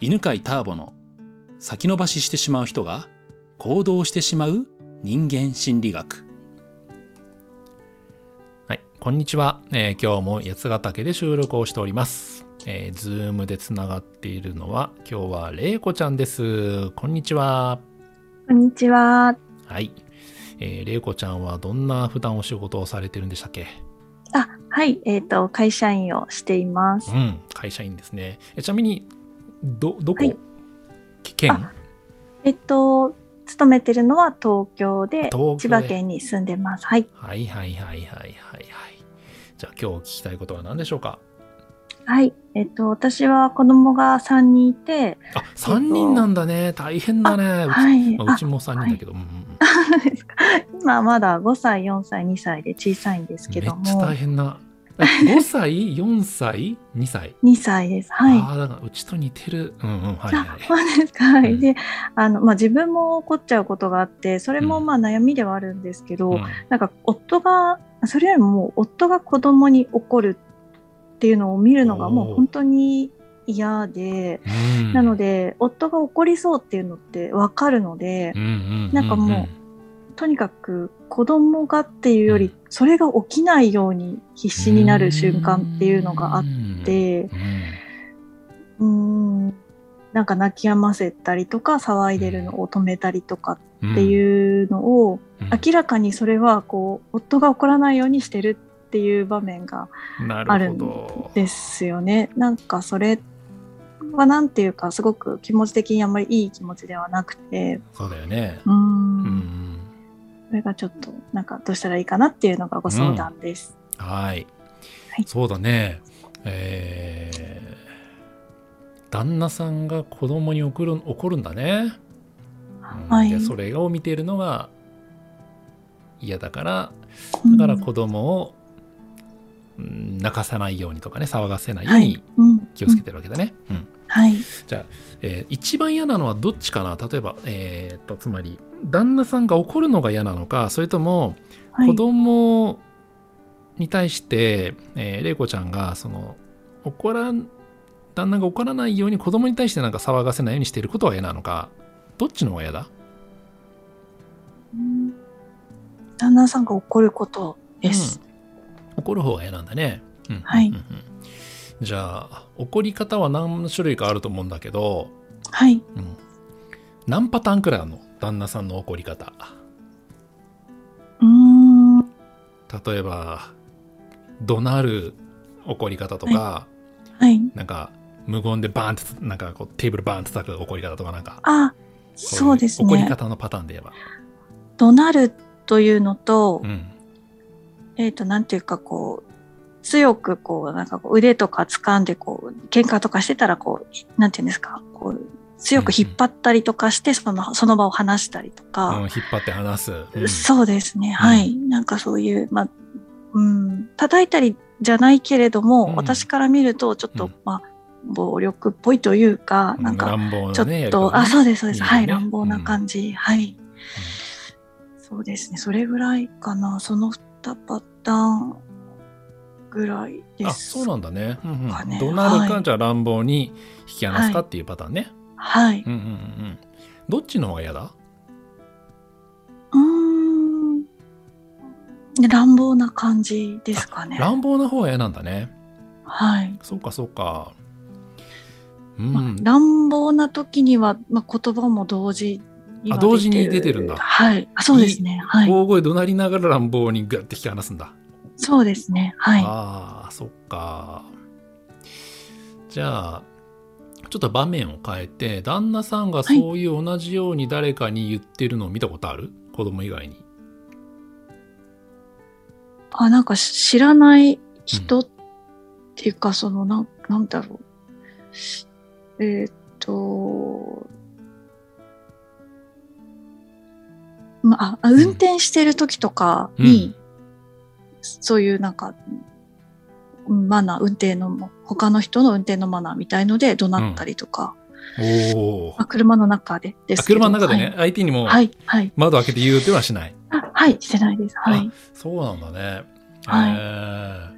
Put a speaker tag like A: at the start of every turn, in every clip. A: 犬飼ターボの先延ばししてしまう人が行動してしまう人間心理学。
B: はい、こんにちは、えー今日も八ヶ岳で収録をしております。えー、ズームでつながっているのは、今日はれいこちゃんです。こんにちは。
C: こんにちは。
B: はい。えー、れいこちゃんはどんな普段お仕事をされてるんでしたっけ
C: あ、はい、えっ、と会社員をしています
B: う。ん、会社員ですね。えちなみに、ど、どこ、
C: はい
B: き県
C: あえっ、と勤めてるのは東京で
B: 東京で
C: 千葉県に住んでます。はい、
B: はいはいはいはいはいはい。じゃあ今日聞きたいことは何でしょうか
C: はい、えっ、と私は子供が三人いて、
B: あ、3人なんだね。大変だね。うち,、
C: はい、
B: まあ、う
C: あ
B: ちも3人だけど、うんうんうん
C: そうですか。今まだ五歳、四歳、二歳で小さいんですけど
B: めっちゃ
C: も
B: 大、変な5歳4歳2歳、
C: 二歳です。はい。
B: ああだからうちと似てるうんうんはい
C: あ
B: は、い
C: そうですか。は
B: うん
C: い。で、あの、まあ、自分も怒っちゃうことがあって、それも
B: うん
C: まあ悩みではあるんですけど、
B: うん
C: なんか夫がそれよりももう夫が子供に怒るっていうのを見るのがもう本当に嫌で、
B: うん
C: なので夫が怒りそうっていうのって分かるので、
B: うんうん
C: なんかもとにかく子供がっていうよ
B: うん
C: りそれが起きないように必死になる瞬間っていうのがあっ
B: って
C: てうんなんか泣き止ませたりとか騒いでるのを止めたりとかって
B: う
C: いうのを
B: ん
C: 明らかにそれはこう夫が怒らないようにしてるっていう場面が
B: なるほど
C: ですよね。なんかそれはなんていうかすごく気持ち的にあんまりいい気持ちではなくて
B: そうだよね
C: うーん
B: うんうん
C: それがちょっとなんかどうしたらいいかなっていうのがご相談です。
B: はい、
C: はい
B: そうだねえー旦那さんが子供に怒る怒るんだねうん
C: はい
B: でそれを見ているのが嫌だから
C: うん
B: だから子供をうん泣かさないようにとかね騒がせないよう
C: は
B: に
C: い、うん、
B: 気をつけ
C: て、
B: てるわけだね。うん
C: はい、
B: えー一番嫌なのはどっちかな例えば、えーっとつまり旦那さんが怒るのが嫌なのかそれとも
C: はい、
B: 子供に対して、えー、玲子ちゃんがその怒らん旦那が怒らないように子供に対してなんか騒がせないようにしていることが嫌なのかどっちの方が嫌だ
C: うん旦那さんが怒ることです。
B: うん怒る方が嫌なんだね。うん
C: はい
B: うんうんじゃあ怒り方は何種類かあると思うんだけど、
C: はい、
B: うん何パターンくらいあるの旦那さんの怒り方。
C: うーん、は
B: 例えば怒鳴る怒り方とか、
C: い、
B: なんか無言でバーンってつなんかこうテーブルバーンって叩く怒り方とかなんか
C: あ、
B: い
C: そうです
B: 怒り
C: ね。
B: 方のパターンで言えば。
C: 怒鳴るというのと、
B: うん
C: えっ、と、なんていうか、こう、強く、こう、なんかこう腕とか掴んで、こう、喧嘩とかしてたら、こう、なんていうんですか、こう、強く引っ張ったりとかして、その、その場を離したりと
B: うん
C: か、
B: 引っ張って話す。うん
C: そうですね、はい。なんかそういう、まあ、うん、叩いたりじゃないけれども、
B: うん
C: 私から見ると、ちょっと、
B: うん
C: まあ、暴力っぽいというか、なんか、
B: 乱暴
C: ち
B: な
C: ょっ
B: ねやり
C: と、
B: 方ね
C: あ、そうです、そうです。
B: いいよね
C: はい、乱暴な感じ。はい。そうですね、それぐらいかな。その2パターンぐらいで
B: あ
C: す。
B: そうなんだね。うんうん
C: かね
B: ドナルドか、
C: はい
B: じゃあ乱暴に引き離すかっていうパターンね。
C: はい。
B: うんうんうんうん。どっちの方が嫌だ
C: うーん。で乱暴な感じですかね。
B: 乱暴な方が嫌なんだね。
C: はい。
B: そうかそうか。う
C: まあ
B: ん。
C: 乱暴な時には、まあ、言葉も同時には
B: あ同時に出てるんだ
C: はい。あそうですね。はい。
B: 大声怒鳴りながら乱暴にグッて引き離すんだ。
C: そうですね。は
B: ああ、そっか。じゃあ、ちょっと場面を変えて、旦那さんがそういう同じように誰かに言ってるのを見たことある、子供以外に。
C: い。あ、なんか知らない人っていうか、その、なん、なんだろう。えーっと、まあ、あ運転してる時とかに、そういうなんか、うんマナー、運転のも、他の人の運転のマナーみたいので怒鳴ったりとか、
B: おお
C: まあ、。車の中でですけど
B: 車の中でね、、相手にも
C: はい、はい、はい
B: 窓開けて言うっていうのはしない。
C: あ。はい、してないです。はい。
B: そうなんだね。
C: はい
B: えー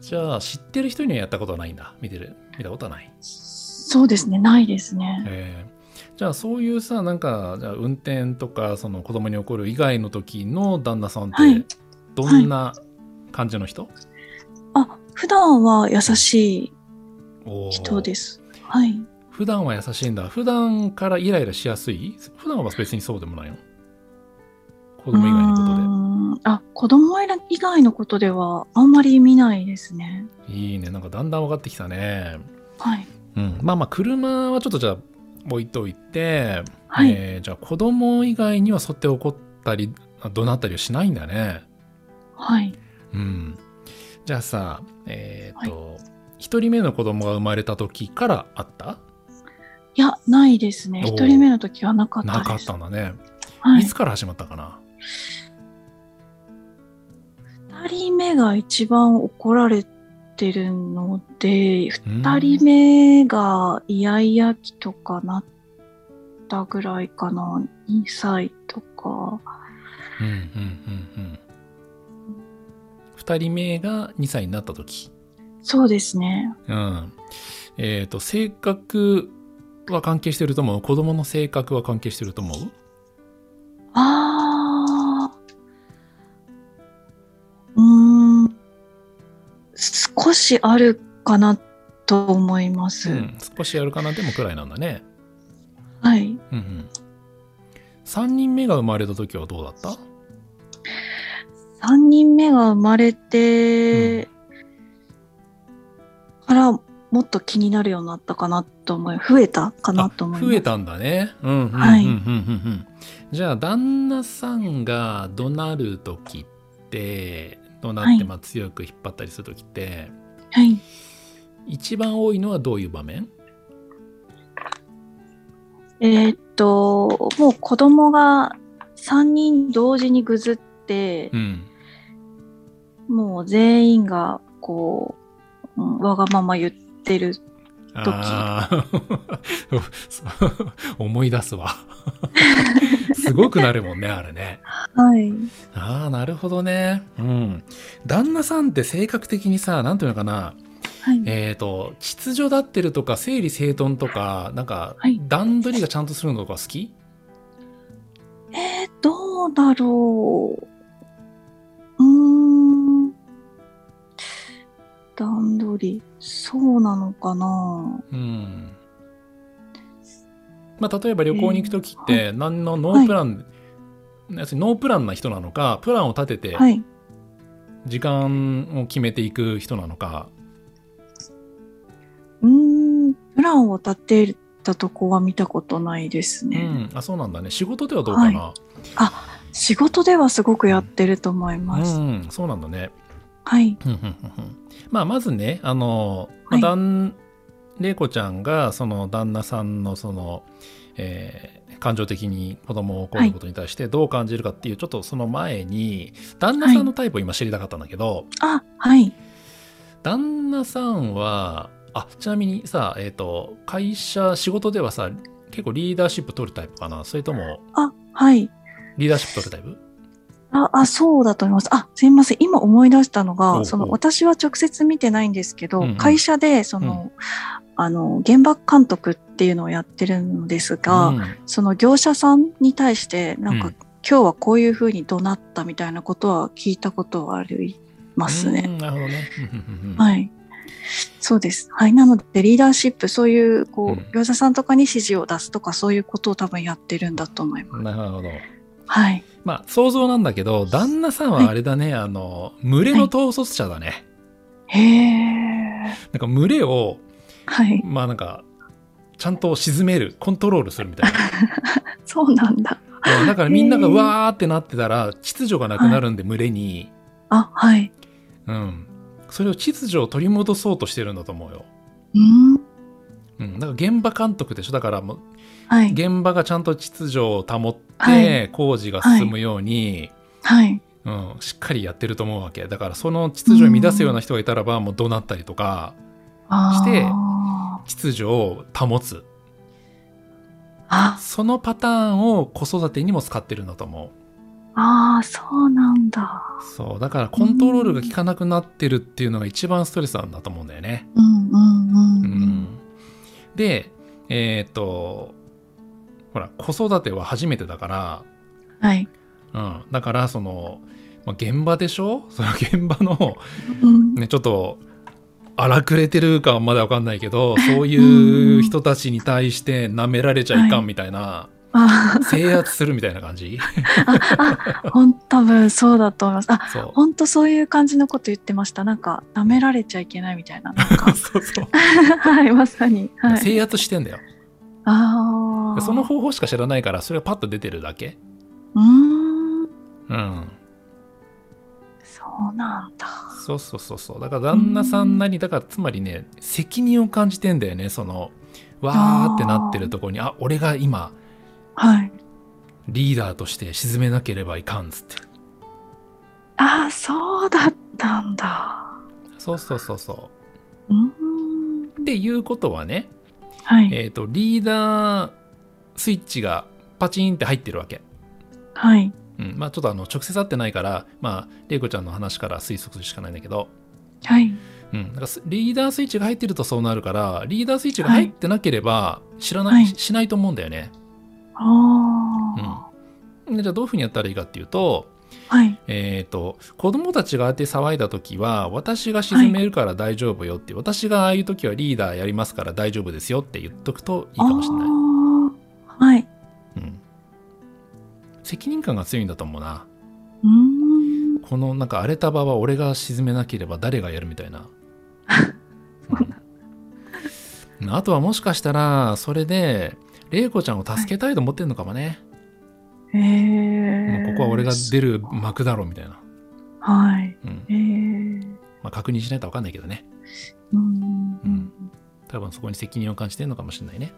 B: じゃあ、知ってる人にはやったことはないんだ。見てる。見たことはない。
C: そうですね、ないですね。
B: えーじゃあそういうさなんかじゃあ運転とかその子供に起こる以外の時の旦那さんっ
C: はい
B: てどんな感じの人、
C: あ、普段は優しい
B: おー
C: 人です。はい。
B: 普段は優しいんだ普段からイライラしやすい普段は別にそうでもないの子供以外のことで
C: うーんあ、子供以外のことではあんまり見ないですね。
B: いいね。なんかだんだん分かってきたね。
C: はい。
B: うん。まあまあ、車はちょっとじゃあ置いといて、
C: はい。
B: えーじゃあ子供以外には沿って怒ったり、あ怒鳴ったりはしないんだね。
C: はい。
B: うん。じゃあさ、えっ、と、一、人目の子供が生まれた時からあった
C: いや、ないですね。
B: おー
C: 一人目の時はなかった
B: な
C: です。
B: かったんだね。
C: はいい
B: つ。から始まったかな、
C: 二人目が一番怒られてるので、
B: うん
C: 二人目がイヤイヤ期とかなったぐらいかな。2歳とか。
B: うんうんうんうん。二人目が2歳になった時。
C: そうですね。
B: うん。えっ、と、性格は関係してると思う子供の性格は関係してると思う
C: ああ。うーん。少しあるかなと思います。
B: うん。少しやるかなでもくらいなんだね。
C: は
B: う
C: い。
B: んうん。3人目が生まれた時はどうだった
C: 3人目が生まれてからもっと気になるようになったかなと思い増えたかなと思います
B: 増えたんだね。うんうんうんうんうんうん。
C: はい
B: じゃあ、旦那さんが怒鳴る時って、怒鳴っ
C: は
B: て
C: い
B: まあ強く引っ張ったりする時って、
C: はい
B: 一番多いのはどういう場面
C: えーっともう子供が3人同時にぐずって
B: う、ん。
C: もう全員がこう、うんわがまま言ってる
B: ああ、そう 思い出すわ。すごくなるもんね、あれね。
C: はい
B: ああ、なるほどね。うん。旦那さんって性格的にさ、なんていうのかな、
C: はい
B: えっ、と、秩序だってるとか、整理整頓とか、なんか
C: はい、
B: 段取りがちゃんとするのとか好き、
C: えーどうだろう。うーん。段取り、そうなのかな。
B: うん。まあ、例えば旅行に行くときって、何のノ
C: は
B: ー
C: い
B: プラン、要するにノープランな人なのか、プランを立てて、
C: はい。
B: 時間を決めていく人なのか、
C: うーん。プランを立てたとこは見たことないです
B: う
C: ね。
B: ん、あそうなんだね仕事ではどうかな、
C: 仕事ではすごくやってると思います。
B: うんそうなんだね
C: はい。
B: うんうんうんうんまあまずねあの、
C: はい
B: まあ、旦玲子ちゃんがその旦那さんのその、えー感情的に子供を怒ることに対してどう感じるかっていう、ちょっとその前に旦那さんのタイプを今知りたかったんだけど、
C: あ、はい。
B: 旦那さんはあちなみにさえっ、と会社仕事ではさ結構リーダーシップ取るタイプかなそれとも
C: あ、はい。
B: リーダーシップ取るタイプ
C: あ、あ、そうだと思います。あ、すいません。今思い出したの
B: おうおう
C: が、その、私は直接見てないんですけど、
B: うんうん
C: 会社で、その、あの、現場監督っていうのをやってるのですが、
B: うん
C: その業者さんに対して、なんか、
B: うん
C: 今日はこういうふうに怒鳴ったみたいなことは聞いたことはあります
B: う
C: ね。
B: んなるほどね。うんうんうん
C: はい。そうです。はい。なので、リーダーシップ、そういう、こう、
B: うん
C: 業者さんとかに指示を出すとか、そういうことを多分やってるんだと思います。
B: なるほど。
C: はい。
B: まあ想像なんだけど旦那さんはあれだね、あの群れの統率者だね。
C: へえ。
B: なんか群れを
C: はい。
B: まあなんかちゃんと沈めるコントロールするみたい
C: そうなんだ。
B: な。うんだからみんなが
C: へー
B: わーってなってたら秩序がなくなるんで群れに、
C: あ、はい。
B: うん、それを秩序を取り戻そうとしてるんだと思うよ。
C: うん。
B: うん、なんか現場監督でしょだからもう
C: はい。
B: 現場がちゃんと秩序を保って、
C: はい
B: 工事が進むように、
C: はい。
B: うん、しっかりやってると思うわけだからその秩序を乱すような人がいたらばもう怒鳴ったりとか
C: あー
B: して秩序を保つ
C: あ、
B: そのパターンを子育てにも使ってるんだと思
C: あー、そうなんだ。
B: うそうだからコントロールが効かなくなってるっていうのが一番ストレスなんだと思うんだよね
C: うんうんうん。
B: うん、で、えーっと、ほら、子育ては初めてだから、
C: はい。
B: うん、だから、その、まあ、現場でしょ その現場の、
C: うん。
B: ね、ちょっと、荒くれてるかはまだわかんないけど、そういう人たちに対して舐められちゃいかんみたいな、
C: あ
B: 制圧するみたいな感じ
C: あ、ほん、多分そうだと思います。あ、
B: そう。
C: ほんとそういう感じのこと言ってました。なんか、舐められちゃいけないみたいな。 なんか、
B: そうそう。
C: はい、まさに。はい。
B: 制圧してんだよ。
C: ああ。
B: その方法しか知らないから、それがパッと出てるだけ。
C: うーん。
B: うん。
C: そうなんだ。
B: そうそうそうそう。だから旦那さんなり、だからつまりね、責任を感じてんだよね、その、わーってなってるところに、あ俺が今、
C: はい。
B: リーダーとして沈めなければいかんっつって。
C: ああ、そうだったんだ。
B: そうそうそうそう
C: ーん。
B: う。っていうことはね、
C: はい。
B: えっ、と、リーダースイッチがパチンって入ってるわけ。
C: はい。
B: うん、まあちょっとあの直接会ってないから、まあ、玲子ちゃんの話から推測するしかないんだけど、
C: はい。
B: うん、だからスリーダースイッチが入ってるとそうなるから、リーダースイッチが入ってなければ知らない、
C: はい
B: ししないと思うんだよね。
C: ああ。
B: うん、でじゃあどういうふうにやったらいいかっていうと,、
C: はい。
B: えー、と子供たちがああやって騒いだ時は私が沈めるから大丈夫よって、私がああいう時はリーダーやりますから大丈夫ですよって言っとくといいかもしれない、
C: ああ。はい。
B: うん、責任感が強いんだと思うな
C: うーん。
B: このなんか荒れた場は俺が沈めなければ誰がやるみたい な、うんあとはもしかしたらそれで玲子ちゃんを助けたいと思ってんのかもね、
C: ええ
B: もうここは俺が出る幕だろうみたいな、
C: はい。
B: うん
C: ええー。
B: まあ、確認しないと分かんないけどね
C: うー
B: うんん。多分そこに責任を感じてるのかもしれないね。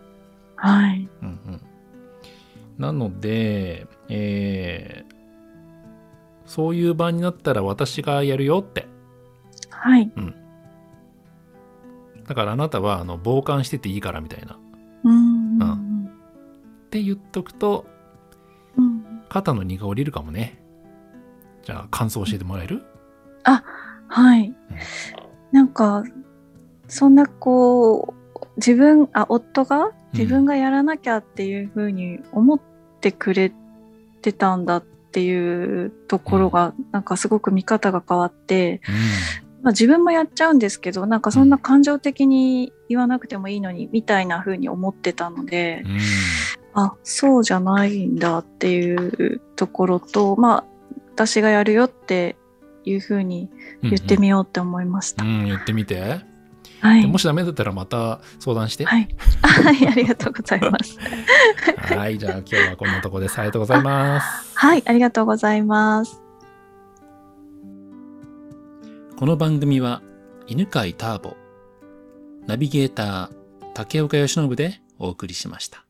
C: はい。
B: うんうん、なので、えーそういう場になったら私がやるよって。
C: はい。
B: だからあなたはあの傍観してていいからみたいな。
C: うーん。
B: う
C: うん。
B: って言っとくと、
C: うん
B: 肩の荷が下りるかもね。じゃあ感想教えてもらえる
C: はい。なんか、そんなこう、自分、あ、夫が自分がやらなきゃっていうふうに思ってくれてたんだっていうところが、なんかすごく見方が変わって、まあ、自分もやっちゃうんですけど、なんかそんな感情的に言わなくてもいいのに、みたいなふうに思ってたので、
B: うん。うん。
C: あそうじゃないんだっていうところとまあ私がやるよっていうふうに言ってみようって思いました。
B: うん、うん言ってみて。
C: は
B: で
C: い
B: もしダメだったらまた相談して。
C: はい、はい、ありがとうございます。
B: はい。じゃあ今日はこんなとこです。ありがとうございます。
C: はい、ありがとうございます。
A: この番組は犬飼ターボ、ナビゲーター竹岡由伸でお送りしました。